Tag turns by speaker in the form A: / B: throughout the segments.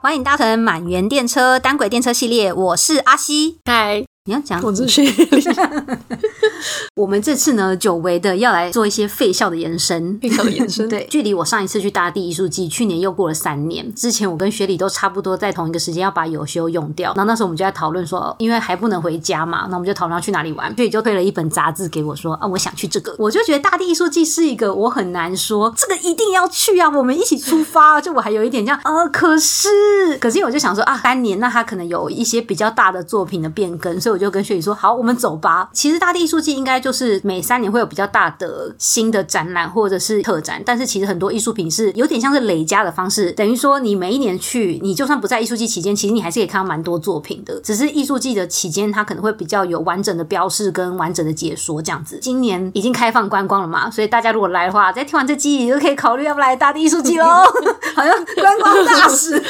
A: 欢迎搭乘满园电车单轨电车系列，我是阿西。
B: 嗨，
A: 你要讲，
B: 我是雪莉，
A: 我们这次呢，久违的要来做一些废校的延伸。
B: 非常的延伸。
A: 对，距离我上一次去大地艺术季，去年又过了三年。之前我跟学理都差不多在同一个时间要把有休用掉，然后那时候我们就在讨论说，因为还不能回家嘛，那我们就讨论要去哪里玩。学理就推了一本杂志给我说，啊，我想去这个。我就觉得大地艺术季是一个我很难说这个一定要去啊，我们一起出发啊。就 我还有一点这样，呃，可是，可是因为我就想说啊，三年那他可能有一些比较大的作品的变更，所以我就跟学理说，好，我们走吧。其实大地艺术季应该就是每三年会有比较大的新的展览或者是特展，但是其实很多艺术品是有点像是累加的方式，等于说你每一年去，你就算不在艺术季期间，其实你还是可以看到蛮多作品的。只是艺术季的期间，它可能会比较有完整的标示跟完整的解说这样子。今年已经开放观光了嘛，所以大家如果来的话，在听完这集就可以考虑要不来大地艺术季喽， 好像观光大使。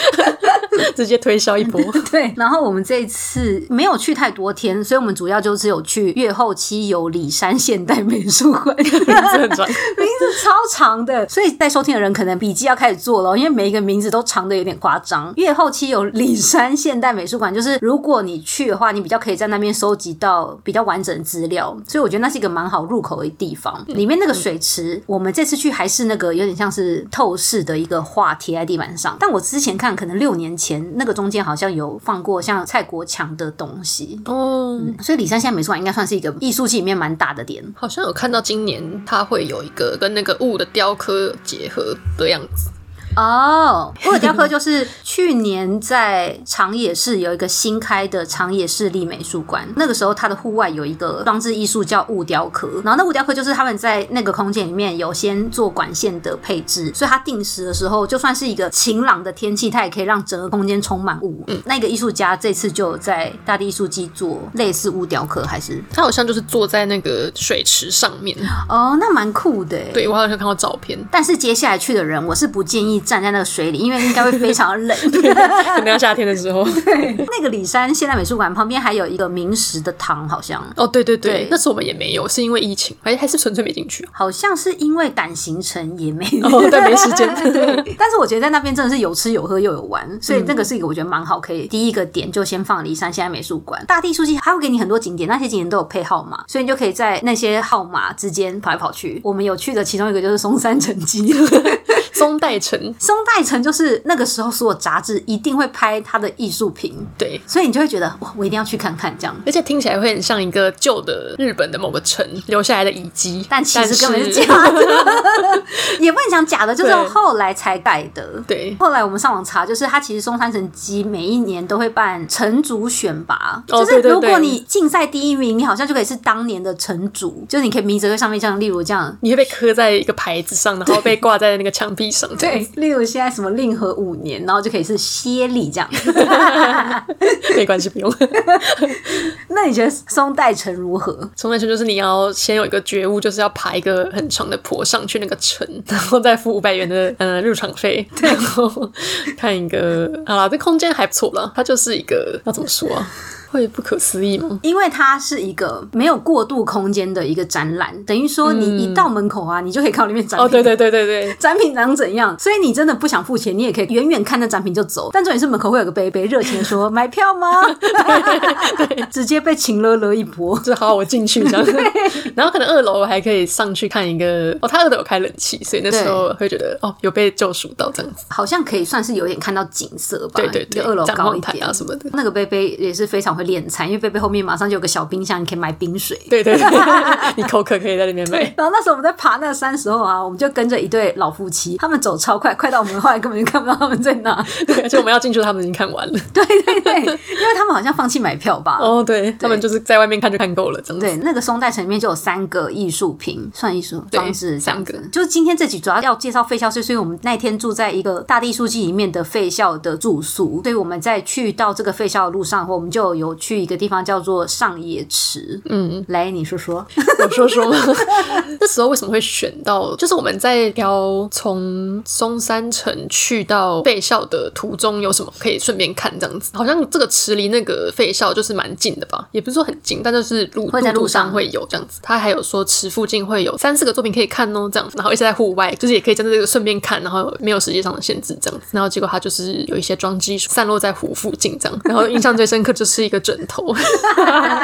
B: 直接推销一波。
A: 对，然后我们这一次没有去太多天，所以我们主要就只有去月后期有里山现代美术馆， 名
B: 字很 长
A: 名字超长的，所以在收听的人可能笔记要开始做了，因为每一个名字都长的有点夸张。月后期有里山现代美术馆，就是如果你去的话，你比较可以在那边收集到比较完整的资料，所以我觉得那是一个蛮好入口的地方。里面那个水池，我们这次去还是那个有点像是透视的一个画贴在地板上，但我之前看可能六年前那个中间好像有放过像蔡国强的东西，
B: 哦，
A: 所以里山现在美术馆应该算是一个艺术系里面蛮大的点。
B: 好像有看到今年它会有一个跟那个雾的雕刻结合的样子。
A: 哦，我有雕刻就是去年在长野市有一个新开的长野市立美术馆，那个时候它的户外有一个装置艺术叫雾雕刻，然后那雾雕刻就是他们在那个空间里面有先做管线的配置，所以它定时的时候，就算是一个晴朗的天气，它也可以让整个空间充满雾。嗯，那个艺术家这次就有在大地艺术季做类似雾雕刻，还是
B: 它好像就是坐在那个水池上面。
A: 哦，那蛮酷的耶。
B: 对我好像看到照片，
A: 但是接下来去的人，我是不建议站在那个水里，因为应该会非常冷。
B: 可能要夏天的时候。
A: 那个里山现代美术馆旁边还有一个明石的堂，好像
B: 哦，对对对，
A: 对
B: 那次我们也没有，是因为疫情，还还是纯粹没进去。
A: 好像是因为赶行程也没
B: 哦对没时间
A: 对，但是我觉得在那边真的是有吃有喝又有玩，所以那个是一个我觉得蛮好，可以第一个点就先放里山现代美术馆。大地书记还会给你很多景点，那些景点都有配号码，所以你就可以在那些号码之间跑来跑去。我们有去的其中一个就是松山 城基。
B: 松代城，
A: 松代城就是那个时候所有杂志一定会拍它的艺术品，
B: 对，
A: 所以你就会觉得哇，我一定要去看看这样。
B: 而且听起来会很像一个旧的日本的某个城留下来的遗迹，
A: 但其实根本是
B: 但
A: 假的，也不能讲假的，就是
B: 对
A: 后来才改的。
B: 对，
A: 后来我们上网查，就是它其实松山城基每一年都会办城主选拔，
B: 哦
A: 就是
B: 对对
A: 如果
B: 对
A: 你竞赛第一名，你好像就可以是当年的城主，就是你可以名字会上面这样，例如这样。
B: 你会被刻在一个牌子上，然后被挂在那个墙壁上。这样，，
A: 例如现在什么令和五年，然后就可以是歇力 这样。
B: 没关系，不用。
A: 那你觉得松代城如何？
B: 从代城就是你要先有一个觉悟，就是要爬一个很长的坡上去那个城， 然后再付五百元的呃入场 费，然后看一个好啦，这空间还不错啦，它就是一个要怎么说啊？会不可思 议吗？
A: 因为它是一个没有过渡空间的一个展览，等于说你一到门口啊，你就可以看到里面展品。
B: 嗯哦，对对对对对，
A: 展品长怎样，所以你真的不想付钱，你也可以远远看那展品就走。但重点是门口会有个杯杯，热情的说 买票 吗？直接被请了了一波。
B: 就是好，我进去 这样。然后可能二楼我还可以上去看一个，哦，他二楼有开冷气，所以那时候会觉得哦，有被救赎到这样子。
A: 好像可以算是有点看到景色吧，
B: 对对对，
A: 就二楼
B: 展
A: 高
B: 望
A: 一
B: 台
A: 点
B: 啊什么的。
A: 那个贝贝也是非常会练餐，因为贝贝后面马上就有个小冰箱，你可以买冰水。
B: 对对对， 你口渴可以在里面买。
A: 然后那时候我们在爬那个山的时候啊，我们就跟着一对老夫妻，他们走超快，快到我们后来根本就看不到他们在哪。
B: 对，而且我们要进去，他们已经看完了。
A: 对对对，因为他们好像放弃买票吧。
B: 哦，对他们就是在外面看就看够了，这样子。
A: 对，那个松代城里面就有三个艺术品，算艺术
B: 对
A: 装置这样
B: 三
A: 子
B: 个。
A: 就是今天这集主要要介绍废校，所以所以我们那天住在一个大地艺术季里面的废校的住宿，所以我们在去到这个废校的路上的话，我们就有有去一个地方叫做上野池。
B: 嗯，
A: 来，你说 说。
B: 我说说吗？ 那时候为什么会选到？就是我们在挑从松山城去到费校的途中有什么可以顺便看这样子。好像这个池离那个费校就是蛮近的吧，也不是说很近，但就是路
A: 会在
B: 路
A: 路
B: 途
A: 上
B: 上会有这样子。他还有说池附近会有三四个作品可以看哦，这样子。然后一直在户外，就是也可以在这个顺便看，然后没有时间上的限制这样子。然后结果他就是有一些装机散落在湖附近这样。然后印象最深刻就是一个枕头。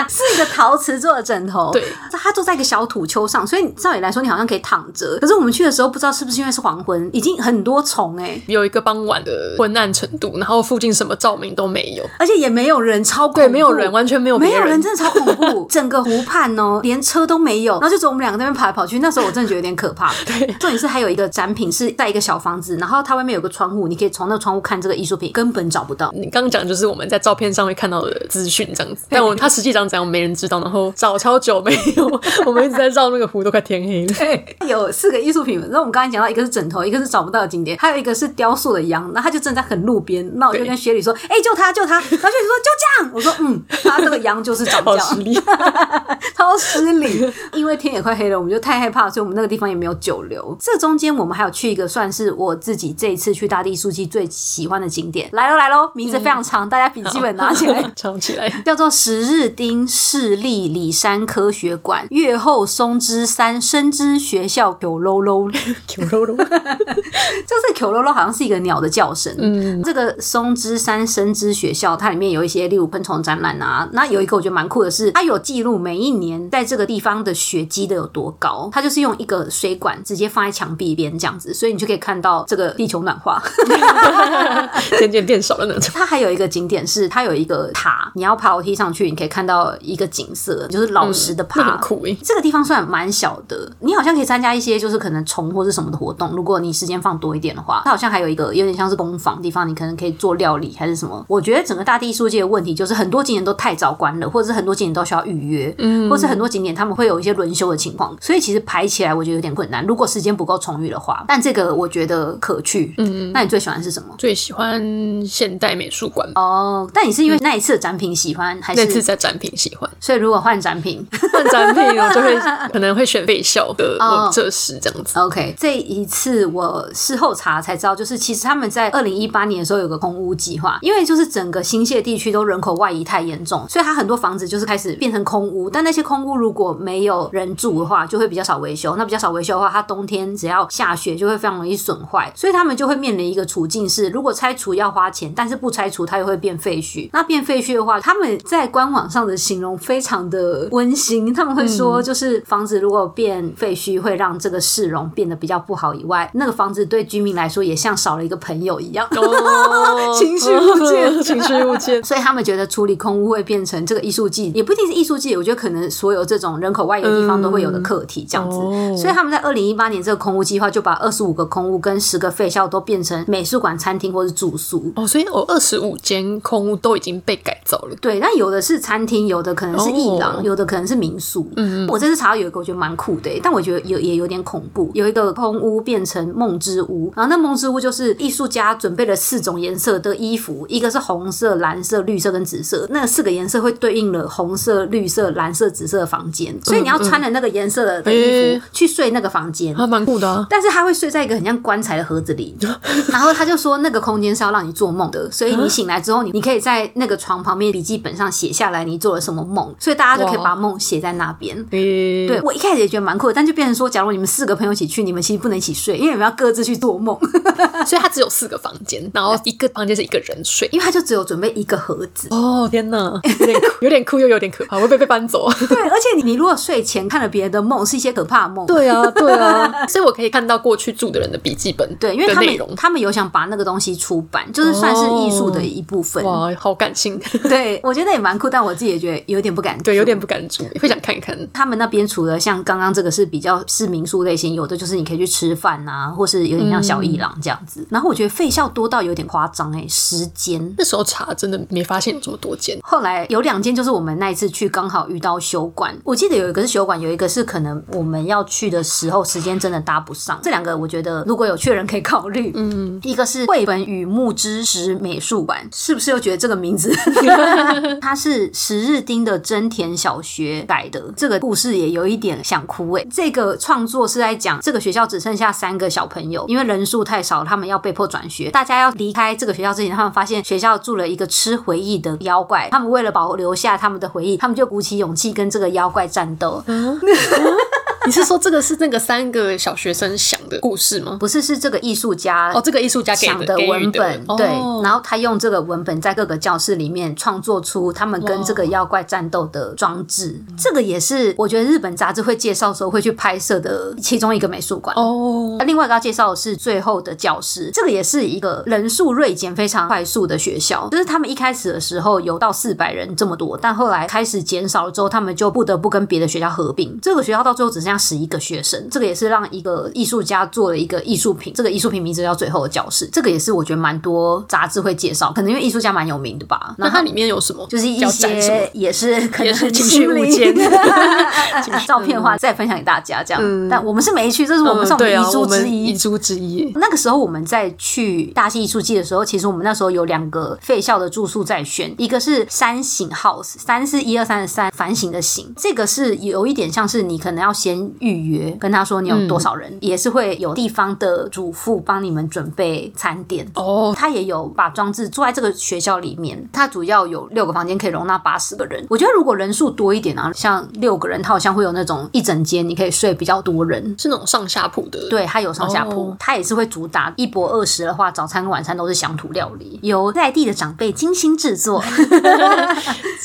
A: 是一个陶瓷做的枕头，
B: 对，
A: 它坐在一个小土丘上，所以照理来说你好像可以躺着。可是我们去的时候，不知道是不是因为是黄昏，已经很多虫哎、
B: 有一个傍晚的昏暗程度，然后附近什么照明都没有，
A: 而且也没有人，超恐怖
B: 对，没有人，完全没有
A: 没
B: 别
A: 有人，
B: 人。
A: 真的超恐 怖，整个湖畔哦，连车都没有，然后就只有我们两个在那边跑来跑去。那时候我真的觉得有点可 怕。对，重点是还有一个展品是在一个小房子，然后它外面有个窗户，你可以从那窗户看这个艺术品，根本找 不到。
B: 你刚刚讲就是我们在照片上会看到的资讯 这样子，但我它实际上怎样没人知道，然后找超久没 有，我们一直在绕那个湖，都快天黑了。
A: 有四个艺术品，那我们刚才讲到，一个是枕头，一个是找不到的景点，还有一个是雕塑的羊，那它就站在很路边，那我就
B: 对
A: 跟雪里说：“哎、救他，救他！”然后雪里说：“就这样。”我说：“嗯，他这个羊就是长
B: 好
A: 这样。”
B: 实力，
A: 超失礼。 因为天也快黑了，我们就太害怕，所以我们那个地方也没有久留。这中间我们还有去一个算是我自己这一次去大地书记最喜欢的景点，来喽来喽，名字非常长，大家笔记本拿起来。
B: 吵起来。
A: 叫做十日町市立里山科学馆月后松之山深之学校九楼楼，就
B: 有肉肉，
A: 是九楼楼好像是一个鸟的叫声。嗯，这个松之山深之学校，它里面有一些例如昆虫展览啊，那有一个我觉得蛮酷的是，它有记录每一年在这个地方的雪积的有多高，它就是用一个水管直接放在墙壁边这样子，所以你就可以看到这个地球暖化。
B: 渐渐变少了那种。
A: 它还有一个景点是它有一个塔，你要爬楼梯上去，你可以看到一个景色，就是老实的
B: 那欸
A: 爬。
B: 很酷诶，
A: 嗯这个地方虽然蛮小的，你好像可以参加一些就是可能虫或是什么的活动。如果你时间放多一点的话，它好像还有一个有点像是工坊地方，你可能可以做料理还是什么。我觉得整个大地艺术界的问题就是很多景点都太早关了，或者是很多景点都需要预约，嗯，或是很多景点他们会有一些轮休的情况，所以其实排起来我觉得有点困难。如果时间不够充裕的话，但这个我觉得可去。嗯，那你最喜欢是什么？
B: 最喜欢现代美术馆吧，
A: 哦，但你是因为那一次的展品喜欢，还
B: 那次
A: 是
B: 在展品喜欢。
A: 所以如果换展品
B: 换展品我 就会可能会选费校的
A: 哦
B: 我这时这样子。
A: ？OK，这一次我事后查才知道，就是其实他们在二零一八年的时候有个空屋计划，因为就是整个新泻地区都人口外移太严重，所以它很多房子就是开始变成空屋。但那些空屋如果没有人住的话，就会比较少维修。那比较少维修的话，它冬天只要下雪就会非常容易损坏，所以他们就会面临一个处境是，如果拆除要花钱，但是不拆除它又会变废墟。那变废墟的话，他们在官网上的形容非常的温馨，他们会说，就是房子如果变废墟，会让这个市容变得比较不好以外，那个房子对居民来说也像少了一个朋友一样。
B: 哦
A: 情绪物件
B: 情绪物件。
A: 所以他们觉得处理空屋会变成这个艺术季，也不一定是艺术季，我觉得可能所有这种人口外移的地方都会有的课题这样子。
B: 嗯哦
A: 所以他们在二零一八年这个空屋计划就把二十五个空屋跟十个废校都变成美术馆、餐厅或是住宿。
B: 哦，所以我二十五间空屋都已经被改造了。
A: 对，那有的是餐厅，有的可能是艺廊
B: 哦
A: 有的可能是民宿。嗯我这次查到有一个我觉得蛮酷的、欸但我觉得有也有点恐怖。有一个空屋变成梦之屋，然后那梦之屋就是艺术家准备了四种颜色的衣服，一个是红色、蓝色、绿色跟紫色，那四个颜色会对应了红色、绿色、蓝色、紫色的房间，所以你要穿着那个颜色的衣
B: 诶
A: 服去睡那个房间。
B: 还蛮酷的啊！
A: 但是他会睡在一个很像棺材的盒子里，然后他就说那个空间是要让你做梦的，所以你醒来之后，你你可以在那个床旁边笔记本上写下来你做了什么梦，所以大家就可以把梦写在那边。
B: 诶、
A: 对我一开始也觉得蛮酷的，但就变成说，假如你们四个朋友一起去，你们其实不能一起睡，因为你们要各自去做梦，
B: 所以它只有四个房间，然后一个房间是一个人睡。
A: 因为他就只有准备一个盒子。
B: 哦天哪，有点 酷，有点酷又有点可怕，会不会被搬走。
A: 对， 而且你你如果睡前看了别人的梦，是一些可怕的梦。
B: 对啊，对啊， 所以我可以看到过去住的人的笔记本，
A: 对，因为他
B: 内容
A: 们。他们有想把那个东西出版，就是算是艺术的一部分。
B: 哦哇，好感性，
A: 对，我觉得也蛮酷，但我自己也觉得有点不敢。
B: 对，有点不敢住，会想看一看。
A: 他们那边除了像刚刚这个是比较是民宿类型，有的就是你可以去吃饭啊，或是有点像小艺廊这样子。然后我觉得费校多到有点夸张哎，十间。
B: 那时候查真的没发现有这么多间，
A: 后来有两间就是我们那一次去刚好遇到修馆，我记得有一个是修馆，有一个是可能我们要去的时候时间真的搭不上。这两个我觉得如果有去的人可以考虑。嗯，一个是绘本与木之石美术馆，是不是又觉得这个名字 它是十日町的真田小学改的，这个故事也有一点想哭诶、这个创作是在讲这个学校只剩下三个小朋友，因为人数太少了，他们要被迫转学。大家要离开这个学校之前，他们发现学校住了一个吃回忆的妖怪，他们为了保留下他们的回忆，他们就鼓起勇气跟这个妖怪战斗。
B: 你是说这个是那个三个小学生想的故事吗？
A: 不是，是这个艺术家
B: 哦，这个艺术家给
A: 想
B: 的给予
A: 文本，
B: 的
A: 对，
B: 哦
A: 然后他用这个文本在各个教室里面创作出他们跟这个妖怪战斗的装置。这个也是我觉得日本杂志会介绍的时候会去拍摄的其中一个美术馆。
B: 哦，
A: 那另外一个要介绍的是《最后的教室》，这个也是一个人数锐减非常快速的学校。就是他们一开始的时候有到四百人这么多，但后来开始减少了之后，他们就不得不跟别的学校合并。这个学校到最后只剩下十一个学生，这个也是让一个艺术家做了一个艺术品，这个艺术品名字叫《最后的教室》，这个也是我觉得蛮多杂志会介绍，可能因为艺术家蛮有名的吧。
B: 那
A: 然后
B: 它里面有什么？
A: 就是一
B: 要展什么
A: 些也是可能
B: 也是情绪
A: 心
B: 物
A: 灵
B: 件
A: 照片的话再分享给大家这样。但我们是没去，这是我们
B: 嗯
A: 上
B: 对啊，
A: 遗
B: 我
A: 珠之
B: 们
A: 一
B: 遗。珠之一。
A: 那个时候我们在去大溪艺术季的时候，其实我们那时候有两个废校的住宿在选，一个是三省 House，三是一二三的三，反省的省，这个是有一点像是你可能要先预约，跟他说你有多少人，也是会有地方的主妇帮你们准备餐点。
B: 哦，
A: 他也有把装置做在这个学校里面，它主要有六个房间可以容纳八十个人。我觉得如果人数多一点啊，像六个人，它好像会有那种一整间你可以睡比较多人，
B: 是那种上下铺的，，
A: 对，它有上下铺
B: 哦，
A: 它也是会主打一博二十的话，早餐跟晚餐都是乡土料理，由在地的长辈精心制作。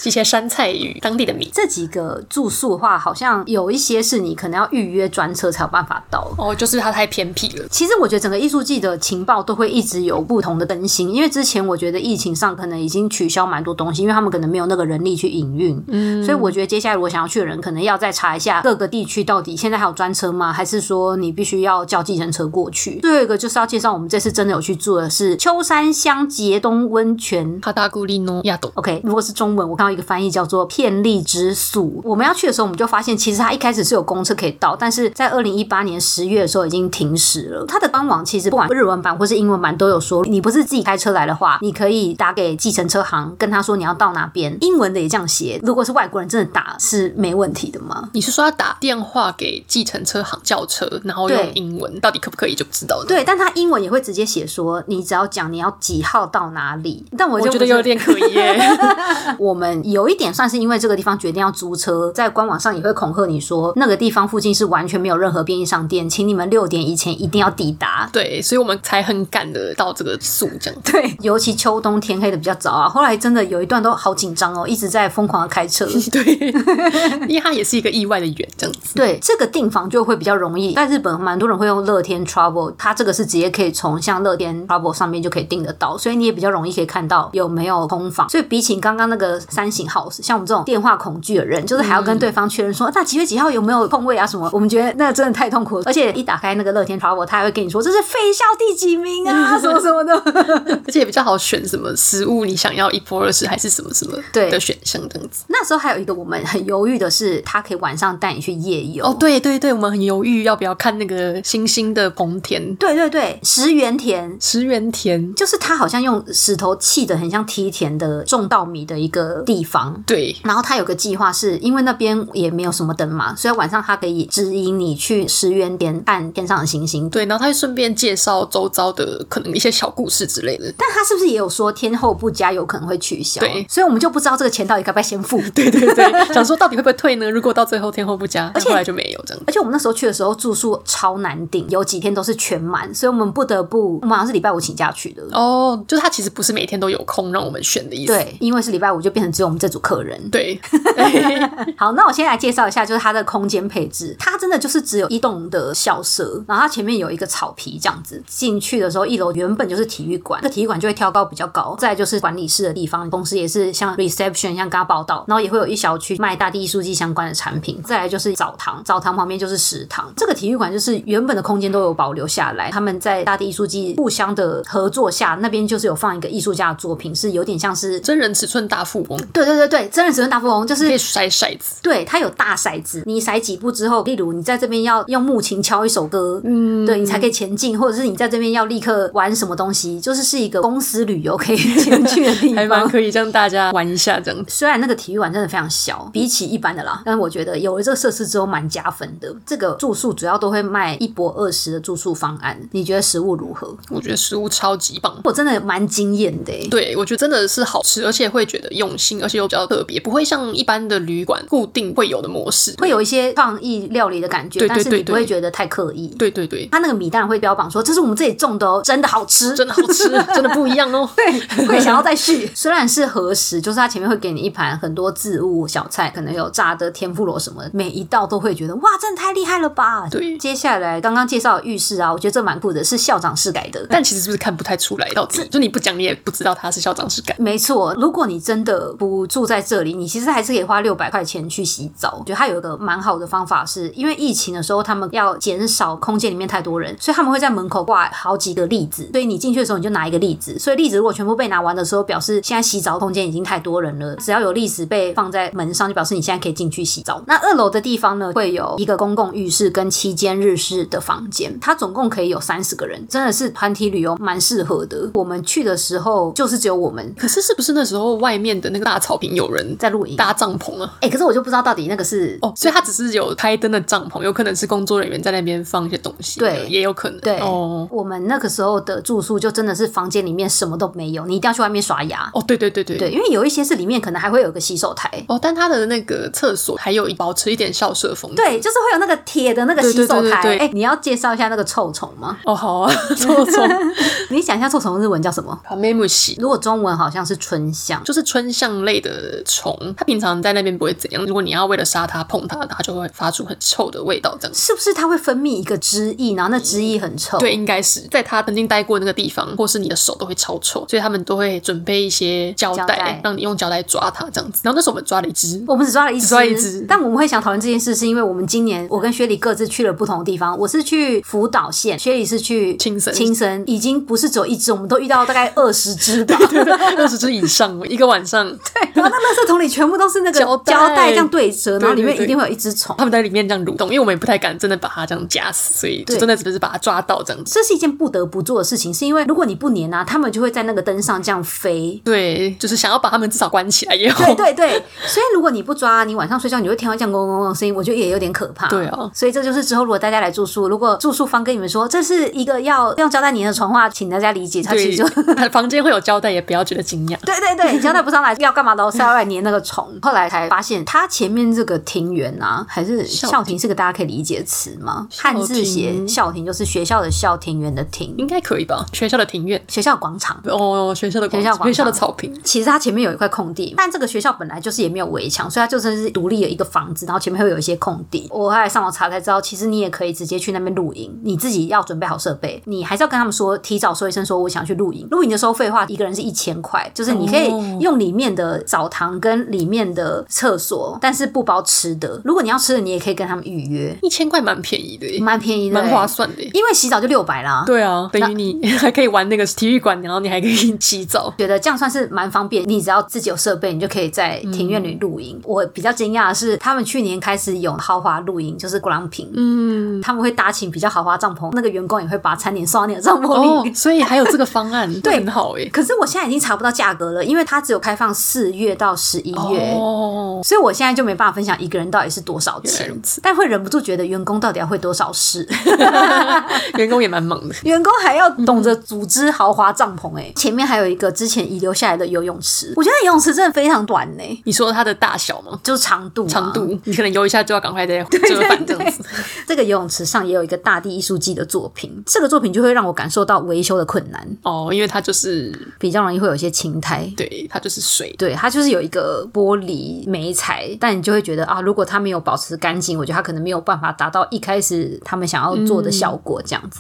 B: 一些山菜与当地的米。
A: 这几个住宿的话，好像有一些是你可能要预约专车才有办法到。
B: 哦，就是它太偏僻了。
A: 其实我觉得整个艺术季的情报都会一直有不同的更新，因为之前我觉得疫情上可能已经取消蛮多东西，因为他们可能没有那个人力去营运，嗯，所以我觉得接下来如果想要去的人，可能要再查一下各个地区到底现在还有专车吗？还是说你必须要叫计程车过去？最后一个就是要介绍我们这次真的有去住的是秋山乡节东温泉。
B: 哈达古利诺亚斗，
A: OK，如果是中文，我看到一个翻译叫做“片利之宿”。我们要去的时候，我们就发现其实它一开始是有公车可以到，但是在二零一八年十月的时候已经停驶了。它的官网其实不管日文版或是英文版都有说，你不是自己开车来的话，你可以打给计程车行，跟他说你要到哪边。英文的也这样写，如果是外国人真的打是没问题的吗？
B: 你是说要打电话给计程车行叫车，然后
A: 对
B: 用英文，到底可不可以就不知道了。，
A: 对，但他英文也会直接写说，你只要讲你要几号到哪里。但我
B: 我
A: 就
B: 觉得
A: 不是
B: 有点可疑耶。
A: 我们有一点算是因为这个地方决定要租车，在官网上也会恐吓你说，那个地方附近是完全没有任何便利商店，请你们六点以前一定要抵 达。
B: 对，所以我们才很赶的到这个宿这样。
A: 对， 尤其秋冬天黑的比较早啊。后来真的有一段都好紧张哦，一直在疯狂的开车。
B: 对， 因为它也是一个意外的远这样子。
A: 对，这个订房就会比较容易。在日本，蛮多人会用乐天 Travel，它这个是直接可以从像乐天 Travel 上面就可以订得到，所以你也比较容易可以看到有没有空房。所以比起刚刚那个三型 house，像我们这种电话恐惧的人，就是还要跟对方确认说、那几月几号有没有空位啊什么，我们觉得那真的太痛苦了。而且一打开那个乐天 Travel，它还会跟你说这是废校第几名 啊，什么什么的。
B: 而且也比较好选什么食物，你想要一波二十还是什么什么
A: 对
B: 的选项这样子。
A: 那时候还有一个我们很犹豫的是，它可以晚上带你去夜游。
B: 哦，对对对，我们很犹豫要不要看那个星星的棚田，
A: 对对对，石原田
B: 石原田。
A: 就是它好像用石头砌的，很像梯田的种稻米的一个地方。
B: 对，
A: 然后他有个计划是，因为那边也没有什么灯嘛，所以晚上他可以指引你去石原点看天上的星星。
B: 对，然后他会顺便介绍周遭的可能一些小故事之类的。
A: 但他是不是也有说天后不佳有可能会取消？
B: 对
A: 所以我们就不知道这个钱到底该不该先付。
B: 对对 对，想说到底会不会退呢？如果到最后天后不佳，但
A: 且
B: 后来就没有这样子。
A: 而且我们那时候去的时候住宿超难订，有几天都是全满，所以我们不得不，我们好像是礼拜五请假去的。
B: 哦，就是他其实不是每天都有空让我们选的意思。
A: 对，因为是礼拜五，就变成只有我们这组客人。
B: 对，
A: 好，那我先来介绍一下，就是它的空间配置，它真的就是只有一栋的校舍，然后它前面有一个草皮这样子。进去的时候，一楼原本就是体育馆，这体育馆就会挑高比较高，再来就是管理室的地方，同时也是像 reception 像刚刚报道，然后也会有一小区卖大地艺术季相关的产品，再来就是澡堂，澡堂旁边就是食堂。这个体育馆就是原本的空间都有保留下来，他们在大地艺术季互相的合作下，那边就是有放一个艺术家的作品，是有点像是。
B: 真人尺寸大富翁
A: 对对对对，真人使用大富翁就是
B: 可以甩骰子，
A: 对，它有大骰子，你骰几步之后，例如你在这边要用木琴敲一首歌，
B: 嗯，
A: 对你才可以前进，或者是你在这边要立刻玩什么东西，就是是一个公司旅游可以前去的地
B: 还蛮
A: 方。
B: 可以让大家玩一下这样。
A: 虽然那个体育馆真的非常小，比起一般的啦，但我觉得有了这个设施之后蛮加分的。这个住宿主要都会卖一博二十的住宿方案，你觉得食物如何？
B: 我觉得食物超级棒。
A: 我真的蛮惊艳的、欸，
B: 对，我觉得真的是好吃，而且会觉得用心，而且又比较特别，不会像一般的旅馆固定会有的模式。
A: 会有一些创意料理的感觉，
B: 对对
A: 但是你
B: 对
A: 不
B: 对
A: 会觉得太刻意。
B: 对对对，
A: 他那个米当然会标榜说这是我们自己种的哦，真的好吃，
B: 真的好吃，真的不一样哦。
A: 对，会想要再续。 虽然是和食，就是它前面会给你一盘很多自物小菜，可能有炸的天妇罗什么的，每一道都会觉得哇，真的太厉害了吧！
B: 对
A: 接下来刚刚介绍的浴室啊，我觉得这蛮酷的，是校长室改的。
B: 但其实是不是看不太出来，到底就你不讲，你也不知道它是校长室改。
A: 没错，如果你真的不住在这里，你其实还是可以花六百块钱去洗澡。我觉得它有一个蛮好的方法是，因为疫情的时候，他们要减少空间里面太多人，所以他们会在门口挂好几个例子。所以你进去的时候，你就拿一个例子。所以例子如果全部被拿完的时候，表示现在洗澡空间已经太多人了。只要有例子被放在门上，就表示你现在可以进去洗澡。那二楼的地方呢，会有一个公共浴室跟七间日式的房间，它总共可以有三十个人，真的是团体旅游蛮适合的。我们去的时候就是只有我们，
B: 可是是不是那时候外面的那个大草坪有人
A: 在露营。
B: 搭帐篷啊？
A: 哎、可是我就不知道到底那个是
B: 哦，所以他只是有开灯的帐篷，有可能是工作人员在那边放一些东西，
A: 对
B: 也有可能。
A: 对
B: 哦，
A: 我们那个时候的住宿就真的是房间里面什么都没有，你一定要去外面刷牙。
B: 哦，对对对对
A: 对，因为有一些是里面可能还会有个洗手台，
B: 哦，但他的那个厕所还有一保持一点校舍风。
A: 对，就是会有那个铁的那个洗手台。
B: 对对对对
A: 哎、
B: 对
A: 你要介绍一下那个臭虫吗？
B: 哦，好 啊，臭虫，
A: 你想一下臭虫日文叫什 么？
B: 卡梅姆西。
A: 如果中文好像是春香，
B: 就是春象类的虫，它平常在那边不会怎样。如果你要为了杀它碰它，它就会发出很臭的味道，这样子。
A: 是不是它会分泌一个汁液，然后那汁液很臭？
B: 对，应该是在它曾经待过的那个地方，或是你的手都会超臭，所以他们都会准备一些胶
A: 胶
B: 带，
A: 带
B: 让你用胶带抓它这样子。然后那时候我们抓了一只，
A: 我们只抓了一只，
B: 只抓一只
A: 但我们会想讨论这件事，是因为我们今年我跟薛礼各自去了不同的地方。我是去福岛县，薛礼是去
B: 青森
A: 青森已经不是只有一只，我们都遇到大 概二十只吧。
B: 二十只以上，一个晚上，
A: 然后那垃圾桶里全部都是那个
B: 胶带
A: 胶带这样对折，然后里
B: 对对
A: 面
B: 对
A: 一定会有一只虫。
B: 他们在里面这样蠕动，因为我们也不太敢真的把它这样夹死，所以就
A: 对
B: 真的只是把它抓到这样子。
A: 这是一件不得不做的事情，是因为如果你不粘啊，它们就会在那个灯上这样飞。
B: 对，就是想要把它们至少关起来也好。
A: 对对对， 所以如果你不抓，你晚上睡觉你会听到这样嗡嗡嗡的声音，我觉得也有点可怕。
B: 对啊
A: 所以这就是之后如果大家来住宿，如果住宿方跟你们说这是一个要用胶带粘的床的话，请大家理解，它其实就
B: 对，它房间会有胶带，也不要觉得惊讶。
A: 对对对，胶带不上来要干嘛的？是要来粘那个虫。后来才发现，它前面这个庭园啊，还是
B: 校
A: 校庭是个大家可以理解的词吗？
B: 校
A: 汉字写
B: 庭
A: 校庭就是学校的校，庭园的庭，
B: 应该可以吧？学校的庭院，
A: 学校广场。
B: 哦，学校的广
A: 学校广场
B: 学校的草坪，
A: 其实它前面有一块空地，但这个学校本来就是也没有围墙，所以它就真的是独立的一个房子，然后前面会有一些空地。我后来上网查才知道，其实你也可以直接去那边露营，你自己要准备好设备，你还是要跟他们说，提早说一声说我想去露营。露营的收费的话，一个人是一千块，就是你可以
B: 哦
A: 用里面的澡堂跟里面的厕所，但是不包吃的。如果你要吃的，你也可以跟他们预约，
B: 一千块蛮便宜的耶，
A: 蛮便宜的、欸
B: 蛮划，算的耶。
A: 因为洗澡就六百啦。
B: 对啊，等于你 还可以玩那个体育馆，然后你还可以洗澡。
A: 觉得这样算是蛮方便。你只要自己有设备，你就可以在庭院里露
B: 嗯
A: 营。我比较惊讶的是，他们去年开始有豪华露营，就是 glamping，、
B: 嗯，
A: 他们会搭起比较豪华帐篷，那个员工也会把餐点送到你的帐篷里。
B: 哦， 所以还有这个方 案，
A: 对
B: 很好诶。
A: 可是我现在已经查不到价格了，因为它只有开放四月到十一月。
B: 哦，
A: 所以我现在就没办法分享一个人到底是多少
B: 原来
A: 钱
B: 如此，
A: 但会忍不住觉得员工到底要会多少事，
B: 员工也蛮忙的。
A: 员工还要懂得组织豪华帐篷、欸。哎，前面还有一个之前遗留下来的游泳池，我觉得游泳池真的非常短欸呢、
B: 你说它的大小吗？
A: 就是长度、
B: 长。度，你可能游一下就要赶快 再折返这样子。
A: 这个游泳池上也有一个大地艺术季的作品，这个作品就会让我感受到维修的困难，
B: 哦，因为它就是
A: 比较容易会有一些青苔。
B: 对，它就是水。
A: 对，它就是有一个玻璃媒材，但你就会觉得啊，如果它没有保持干净，我觉得它可能没有办法达到一开始他们想要做的效果。这样子，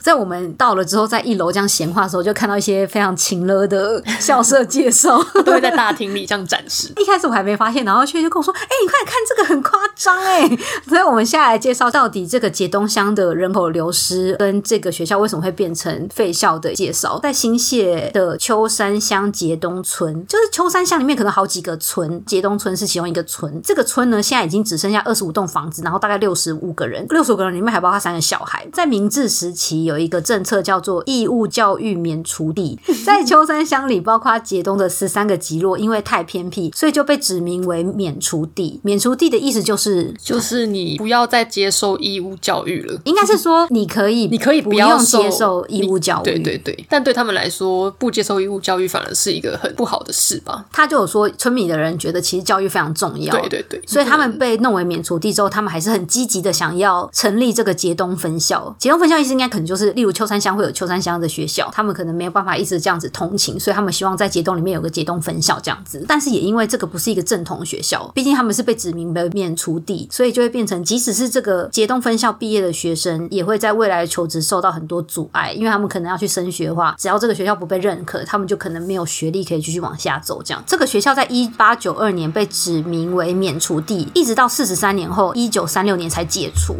A: 在我们到了之后，在一楼这样闲话的时候，就看到一些非常勤乐的校舍介绍。
B: 都会在大厅里这样展示
A: 。一开始我还没发现，然后薛就跟我说：“哎、你快看这个很夸张哎！”所以我们下来介绍到底这个解东乡的人口流失跟这个学校为什么会变成废校的介绍。在新泻的秋山乡解东村，就是秋山乡里面可能好几个村，解东村是其中一个村。这个村呢，现在已经只剩下二十五栋房子，然后大概六十五个人，六十五个人里面还包括三个小孩。在明治时期有一个政策叫做义务教育免除地，在秋山乡里包括解东的十三个集落，因为太偏僻，所以就被指名为免除地。免除地的意思就是
B: 就是你不要再接受义务教育了。
A: 应该是说你可以，
B: 你可以
A: 不
B: 要
A: 用接受义务教育。
B: 对对对。但对他们来说，不接受义务教育反而是一个很不好的事吧？
A: 他就有说，村民的人觉得其实教育非常重要。
B: 对对对，
A: 所以他
B: 不
A: 们
B: 能
A: 被弄为免除地之后，他们还是很积极的想要成立这个捷东分校。捷东分校意思应该可能就是，例如秋山乡会有秋山乡的学校，他们可能没有办法一直这样子通勤，所以他们希望在捷东里面有个捷东分校这样子。但是也因为这个不是一个正统学校，毕竟他们是被指名为免除地，所以就会变成，即使是这个捷东分校毕业的学生，也会在未来的求职受到很多阻碍，因为他们可能要去升学化，只要这个学校不被认可，他们就可能没有学历可以继续往下走。这样，这个学校在一八九二年被指名为免除地，一直到四十三年后，一九三六年才解除。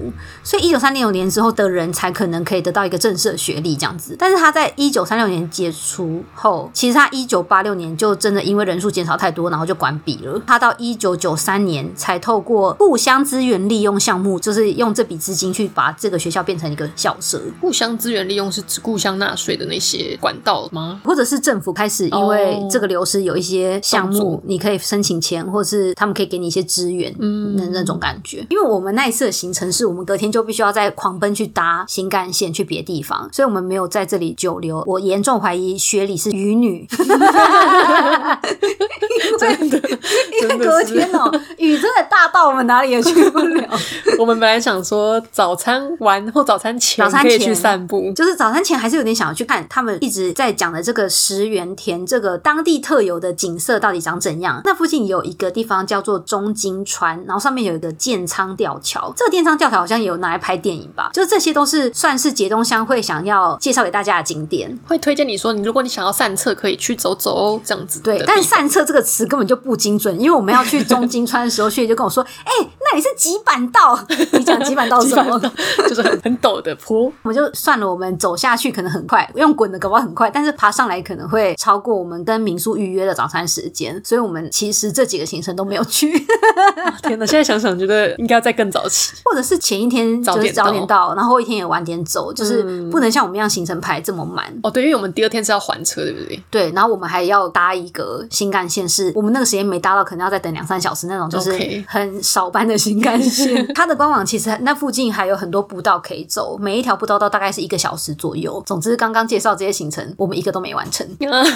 A: 所以一九三六年之后的人才可能可以得到一个正式的学历这样子。但是他在一九三六年解除后，其实他一九八六年就真的因为人数减少太多，然后就关闭了。他到一九九三年才透过互相资源利用项目，就是用这笔资金去把这个学校变成一个校舍。
B: 互相资源利用是指互相纳税的那些管道吗？
A: 或者是政府开始因为
B: 哦
A: 这个流失有一些项
B: 动
A: 目
B: 作，
A: 你可以申请钱，或是他们可以给你一些资源，嗯，那那种感觉。因为我们那一次的行程是我们隔天就必须要再狂奔去搭新干线去别地方，所以我们没有在这里久留。我严重怀疑雪里是渔 女，
B: 真的，
A: 因为
B: 真
A: 隔
B: 的是
A: 天哦、雨真的大到我们哪里也去不了。
B: 我们本来想说早餐完或早餐前
A: 早餐
B: 可以
A: 前
B: 去散步，
A: 就是早餐前还是有点想要去看他们一直在讲的这个石原田这个当地特有的景色到底长怎样。那附近有一个地方叫做中金川，然后上面有一个建仓吊桥，这个建仓吊桥好像也有拿来拍电影吧？就是这些都是算是节东乡会想要介绍给大家的景点。
B: 会推荐你说，你如果你想要散策，可以去走走哦，这样子的地
A: 对
B: 方。，
A: 但散策这个词根本就不精准，因为我们要去中金川的时候，雪姐就跟我说：“哎、那里是几板道？你讲几板道 是什 么？”
B: 就是很很陡的坡，
A: 我们就算了，我们走下去可能很快，用滚的搞不好很快，但是爬上来可能会超过我们跟民宿预约的早餐时间，所以我们其实这几个行程都没有 去，
B: 天哪！现在想想觉得应该再更早起。
A: 或者是前一天
B: 早
A: 就是
B: 点到
A: 早点到，然后后一天也晚点走，就是不能像我们一样行程排这么满。
B: 哦，对，因为我们第二天是要还车，对不对？
A: 对，然后我们还要搭一个新干线，是我们那个时间没搭到，可能要再等两三小时那种，就是
B: OK
A: 很少班的新干 线。它的官网其实那附近还有很多步道可以走，每一条步道都大概是一个小时左右。总之，刚刚介绍这些行程，我们一个都没完成。
B: 啊，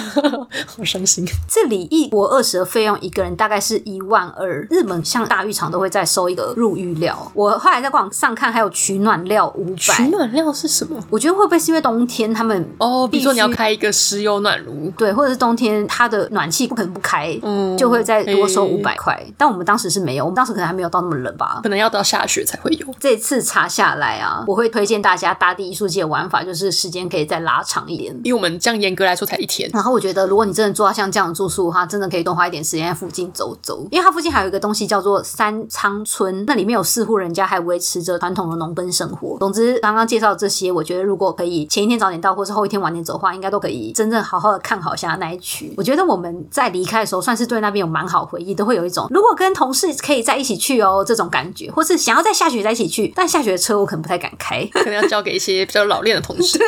B: 好伤心。
A: 这里一国二十的费用一个人大概是一万二，日本像大浴场都会再收一个入浴料。我后来在网上看，还有取暖料五
B: 取
A: 百。
B: 暖料是什么？
A: 我觉得会不会是因为冬天他们
B: 哦，比如说
A: 必须
B: 你要开一个石油暖炉，
A: 对，或者是冬天它的暖气不可能不开，
B: 嗯
A: 就会再多收五
B: 诶
A: 百块。但我们当时是没有，我们当时可能还没有到那么冷吧。
B: 可能要到下雪才会有。
A: 这次查下来啊，我会推荐大家大地艺术季的玩法，就是时间可以再拉长一点。
B: 因为我们这样严格来说才一天，
A: 然后我觉得，如果你真的做到像这样的住宿的话，真的可以多花一点时间在附近走走，因为它附近还有一个东西叫做三仓村，那里面有四户人家还维持着传统的农耕生活。总之，刚刚介绍这些，我觉得如果可以前一天早点到，或是后一天晚点走的话，应该都可以真正好好的看好一下那一区。我觉得我们在离开的时候，算是对那边有蛮好回忆，都会有一种如果跟同事可以在一起去哦这种感觉，或是想要在下雪在一起去，但下雪的车我可能不太敢开。
B: 可能要交给一些比较老练的同 事。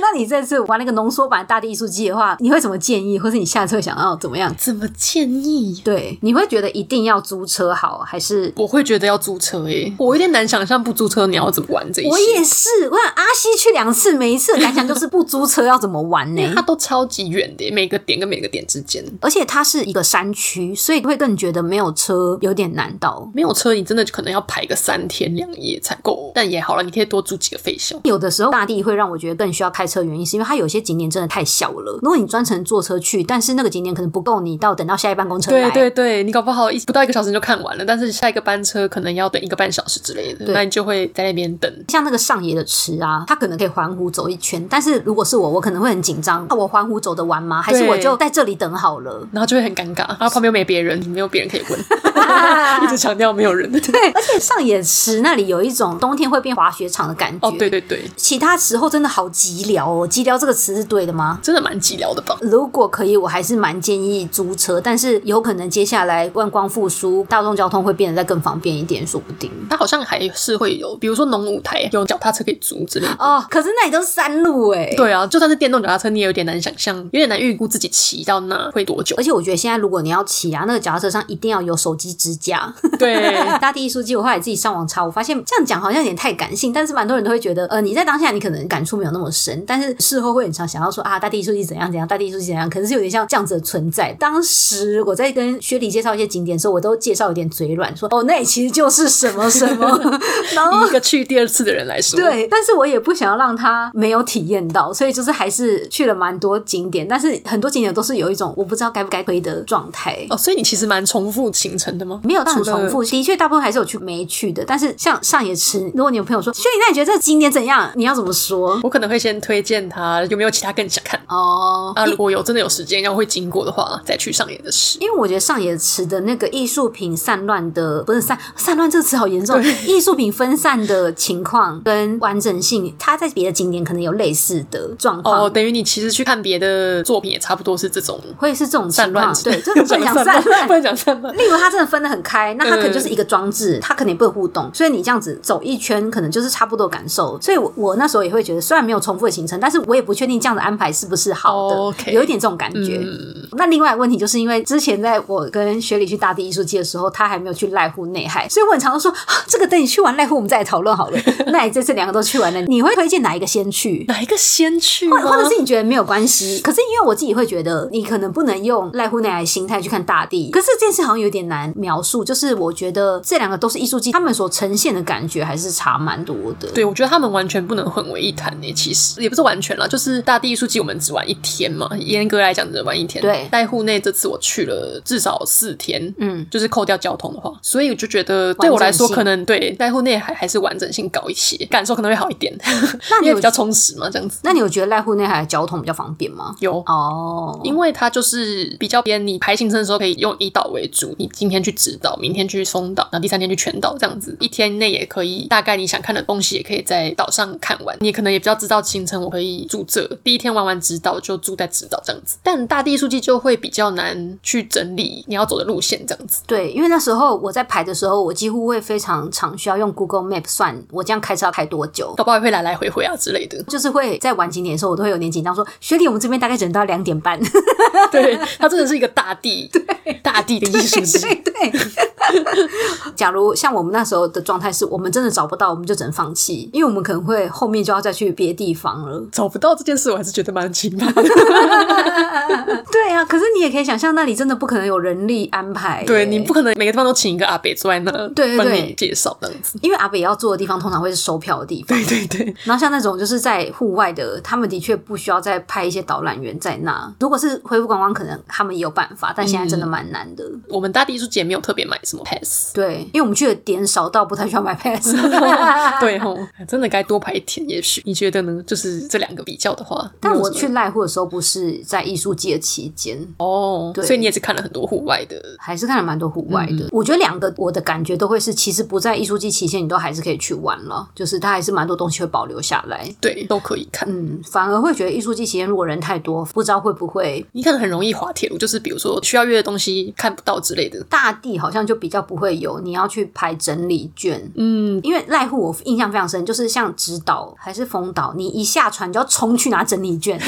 A: 那你这次玩那个浓缩版的大地艺术季的话，你会怎么建议，或是你下次会想要怎么样？
B: 怎么建议？
A: 对，你会觉得一定要租车好，还是？
B: 我会觉得要租车诶、我有点难想象不租车你要怎么玩这一些。
A: 我也是，我想阿西去两次，每一次的感想就是不租车要怎么玩呢
B: 因为？它 都超级远的，欸每个点跟每个点之间。
A: 而且它是一个山区，所以会更觉得没有车有点难到。
B: 没有车，你真的可能要排个三天两夜才够。但也好了，你可以多住几个废校。
A: 有的时候大地会让我觉得更需要开车，的原因是因为它有些景点真的太小了。如果你专程坐车去，但是那个景点可能不够你到等到下一班公车来。
B: 对对对，你搞不好一不到一个小时你就看完了，但是下一个班车可能要等一个半小时之类的，
A: 对
B: 那你就会在那边等。
A: 像那个上野的池啊，它可能可以环湖走一圈，但是如果是我，我可能会很紧张。那我环湖走得完吗？还是
B: 对
A: 我就在这里等好了？
B: 然后就会很尴尬，然后旁边又没别人，没有别人可以问，一直强调没有人。
A: 对，而且上野池那里有一种冬天会变滑雪场的感觉。
B: 哦，对对对，
A: 其他时候真的好寂寥哦，寂寥这个词是对的吗？
B: 真的蛮寂寥的吧？
A: 如果可以，我还是蛮建议租车，但是有可能接下来观光复苏，大众交通会变得再更方便一点，说不定。
B: 它好像还是会有，比如说农舞台有脚踏车可以租之类的。
A: 哦，可是那里都是山路哎。。
B: 对啊，就算是电动脚踏车，你也有点难想象，有点难预估自己骑到那会多久
A: 而。且我觉得现在如果你要骑啊，那个脚踏车上一定要有手机支架。
B: 对，
A: 大地艺术季，我后来自己上网查，我发现这样讲好像有点太感性，但是蛮多人都会觉得，呃，你在当下你可能感触没有那么深，但是事后会很常想要说啊，大地艺术季怎样怎样，大地艺术季怎样，可能是有点像这样子的存在。当时我在跟薛礼介绍一些景点的时候，我都介绍有点嘴软，说哦，那里其实就是什么什么，然后
B: 以一个去 第二次的人来说，，
A: 对，但是我也不想要让他没有体验到，所以就是还是去了蛮多景点，但是很多景点都是有一种我不知道该不该推的状态。
B: 哦，所以你其实蛮重复行程的吗？
A: 没有到很
B: 除了
A: 重复，的确大部分还是有去没去的。但是像上野池，如果你有朋友说，薛礼，那你觉得这个景点怎样？你要怎么说？
B: 我可能会先推荐他有没有其他更想看。
A: 哦、
B: 啊，如果有真的有时间，要会经过的话，再去上演的事。
A: 因为我觉得上野池的那个艺术品散乱的，不是散散乱这个词好严重，艺术品分散的情况跟完整性，它在别的景点可能有类似的状况。
B: 哦，等于你其实去看别的作品，也差不多是这种
A: 会是这种
B: 散
A: 情
B: 乱
A: 况，
B: 之，
A: 对，这 个不能讲散乱
B: 不，能讲散乱。
A: 例如，它真的分得很开，那它可能就是一个装置，它可能也不能互动，所以你这样子走一圈，可能就是差不多感受。所以我，我那时候也会觉得，虽然没有重复的行程，但是我也不确定这样的安排是不是好的
B: OK
A: 有一点这种感觉。那另外一个问题就是因为之前在我跟学理去大地艺术季的时候，他还没有去濑户内海，所以我很常都说、啊这个等你去完濑户，我们再来讨论好了。那你这次两个都去完了，你会推荐哪一个先去？
B: 哪一个先去吗
A: 或？或者是你觉得没有关系，可是因为我自己会觉得，你可能不能用濑户内海的心态去看大地。可是这件事好像有点难描述，就是我觉得这两个都是艺术季，他们所呈现的感觉还是差蛮多的。
B: 对，我觉得他们完全不能混为一谈诶、其实也不是完全啦，就是大地艺术季我们只玩一天嘛，严格来讲只玩一天。
A: 对
B: 在户内这次我去了至少四天，
A: 嗯，
B: 就是扣掉交通的话，所以我就觉得对我来说
A: 完整性
B: 可能对在户内还还是完整性高一些，感受可能会好一点，
A: 那你
B: 因为
A: 有
B: 比较充实嘛，这样子。
A: 那你有觉得濑户内海的交通比较方便吗？
B: 有
A: 哦，
B: 因为它就是比较偏你排行程的时候可以用一岛为主，你今天去直岛，明天去松岛，然后第三天去全岛，这样子一天内也可以，大概你想看的东西也可以在岛上看完。你可能也比较知道行程，我可以住这，第一天玩完直岛就住在直岛这样子。但大地书记就会比较难去整理你要走的路线这样子。
A: 对，因为那时候我在排的时候，我几乎会非常常需要用 Google Map 算我这样开车要开多久。，
B: 搞不好也会来来回回啊之类的
A: 就是会在晚景点的时候，我都会有点紧张，说学弟，我们这边大概只能到两点半。
B: 对，它真的是一个大地，大地的艺术家，。
A: 对 对。假如像我们那时候的状态是，我们真的找不到，我们就只能放弃，因为我们可能会后面就要再去别地方了
B: 找不到这件事，我还是觉得蛮奇葩的。
A: 对啊，可是你也可以想象，那里真的不可能有人力安排耶。
B: 对你不可能每个地方都请一个阿北坐在那，
A: 对对
B: 帮
A: 对
B: 你介绍这样子。
A: 因为阿北要做的地方通常会是售票的地方。
B: 对对对，
A: 然后像那种就是在户外的，他们的确不需要再派一些导览员在那。如果是恢复观光，可能他们也有办法，但现在真的蛮难的。
B: 我们大地艺术节没有特别买什么 pass。
A: 对，因为我们去的点少到不太需要买 pass。
B: 对吼，真的该多排一天，也许你觉得呢？就是这两个比较的话，
A: 但
B: 你有
A: 我
B: 什么
A: 去濑户的时候不是在艺术季的期间，
B: 哦，
A: 对
B: 所以你也是嗯看了很多户外的，
A: 还是看了蛮多户外的。我觉得两个我的感觉都会是，其实不在艺术季期限，你都还是可以去玩了，就是它还是蛮多东西会保留下来。
B: 对，都可以看。
A: 嗯，反而会觉得艺术季期间如果人太多，不知道会不会
B: 你可能很容易滑铁卢，就是比如说需要约的东西看不到之类的。
A: 大地好像就比较不会有你要去排整理券。
B: 嗯，
A: 因为濑户我印象非常深，就是像直岛还是丰岛，你一下船就要冲去拿整理券，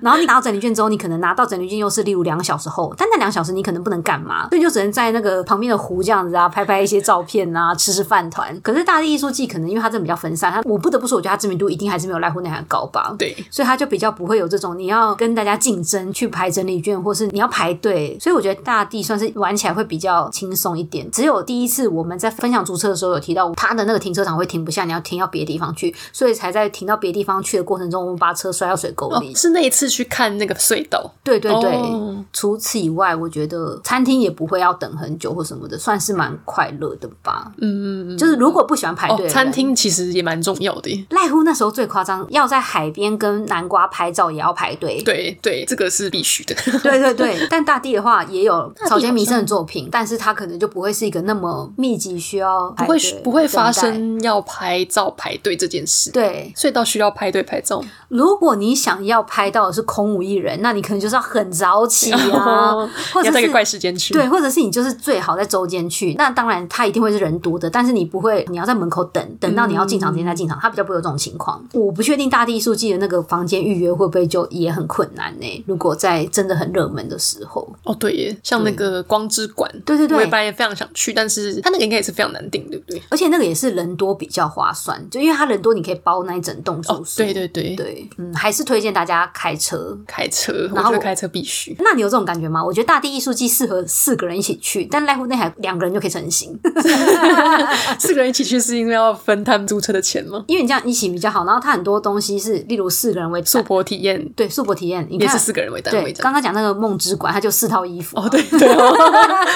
A: 然后你拿到整理券之后，你可能拿到整理券又是例如两个小时后，但那两小时你可能不能干嘛，所以就只能在那个旁边的湖这样子啊，拍拍一些照片啊，吃吃饭团。可是大地艺术季可能因为它真的比较分散，它我不得不说，我觉得它知名度一定还是没有濑户内涵高吧。
B: 对，
A: 所以它就比较不会有这种你要跟大家竞争去排整理券，或是你要排队。所以我觉得大地算是玩起来会比较轻松一点。只有第一次我们在分享租车的时候有提到，它的那个停车场会停不下，你要停到别的地方去，所以才在停到别的地方去的过程中，我们把车摔到水沟
B: 哦
A: 里，。
B: 是那一次去看那个隧道，
A: 对对对。
B: 哦
A: 除此以外，我觉得餐厅也不会要等很久或什么的，算是蛮快乐的吧。嗯嗯嗯，就是如果不喜欢排队的
B: 哦，
A: 人、
B: 餐厅其实也蛮重要的耶。
A: 濑户那时候最夸张，要在海边跟南瓜拍照也要排队。
B: 对对，这个是必须的。
A: 对对对，但大地的话也有
B: 地
A: 草间弥
B: 好
A: 生的作品，但是他可能就不会会是一个那么密集需要
B: 不会
A: 排队
B: 不会发
A: 等待。
B: 生要拍照排队这件事。，
A: 对，
B: 所以到需要排队 拍照吗。
A: 如果你想要拍到的是空无一人，那你可能就是要很早起啊，或 者
B: 你要在一
A: 是
B: 个怪时间去。
A: 对，或者是你就是最好在周间去，那当然它一定会是人多的，但是你不会，你要在门口等，等到你要进场之前再进场，
B: 嗯
A: 它比较不会有这种情况。我不确定大地艺术季的那个房间预约会不会就也很困难呢、如果在真的很热门的时候，
B: 哦，对耶，像那个光之馆，
A: 对对对
B: 我也本来也非常想去，但是它那个应该也是非常难订，对不对？
A: 而且那个也是人多比较划算，就因为它人多，你可以包那一整栋住
B: 哦，
A: 宿。
B: 对对对，
A: 对，嗯，还是推荐大家开车。
B: 开车，我
A: 然后
B: 觉
A: 我
B: 得开车必须。
A: 那你有这种感觉吗？我觉得大地艺术季适合四个人一起去，但濑户内海两个人就可以成型。
B: 四个人一起去是因为要分他们租车的钱 吗？
A: 因为你这样一起比较好。然后它很多东西是，例如四个人为
B: 速
A: 单，
B: 泊体验
A: 对宿泊体验，你
B: 也
A: 看
B: 是四个人为单
A: 对
B: 位，这样。
A: 刚刚讲那个梦之馆，它就四套衣服。
B: 哦，对对哦，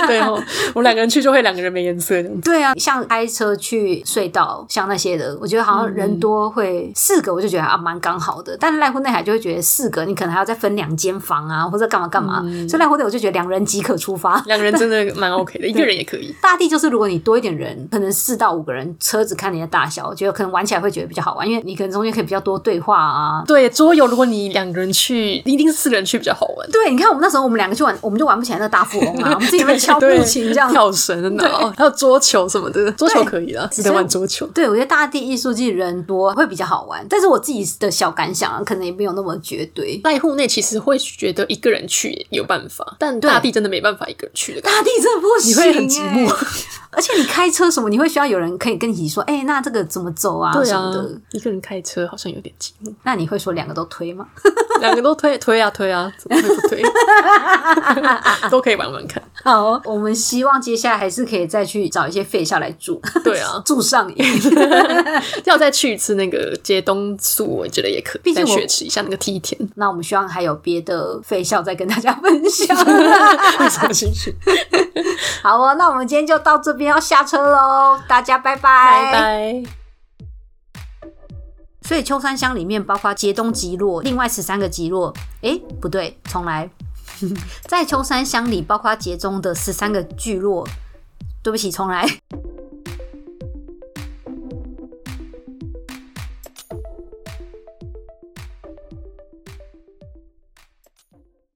B: 对哦，我们两个人去就会两个人没颜色这样子。
A: 对啊，像开车去隧道，像那些的，我觉得好像人多会、四个，我就觉得啊蛮刚好的。但是濑户内海就会觉得四个，你可能还要再分两间房啊，或者干嘛干嘛。所以濑户内我就觉得两啊人即可出发。
B: 两个人真的 蛮 OK 的，一个人也可以。
A: 大地就是，如果你多一点人，可能四到五个人，车子看你的大小，我觉得可能玩起来会觉得比较好玩，因为你可能中间可以比较多对话啊，
B: 对，桌游如果你两个人去，一定是四个人去比较好玩。
A: 对，你看我们那时候我们两个去玩，我们就玩不起来那个大富翁啊，我们自己在那边敲
B: 对
A: 木琴这样。
B: 跳绳真的，哦还有桌球什么的，桌球可以啦，只能玩桌球。
A: 对，我觉得大地艺术季人多会比较好玩，但是我自己的小感想啊，可能也没有那么绝对。
B: 濑户内其实会觉得一个人去也有办法，但大地真的没办法一个人去的感觉。
A: 大地真的不行、
B: 你会很寂寞
A: 欸，而且你开车什么，你会需要有人可以跟你一起说，哎、那这个怎么走啊什么的。
B: 一个人开车好像有点寂寞。
A: 那你会说两个都推吗？
B: 两个都推推啊推啊，怎么会不推？啊 都可以玩玩看。
A: 好，我们希望接下来还是可以再去找一些废校来住，，
B: 对啊
A: 住上瘾。
B: 要再去一次那个街东宿，我觉得也可以，
A: 毕竟
B: 再
A: 我
B: 学吃一下那个梯田。
A: 那我们希望还有别的废校再跟大家分 享。
B: 为什么兴趣？
A: 好哦，那我们今天就到这边要下车喽，大家拜拜。
B: 拜拜。
A: 所以秋山乡里面包括节东集落，另外十三个集落，诶，不对，重来。 在秋山乡里包括节中的十三个聚落，对不起，重来。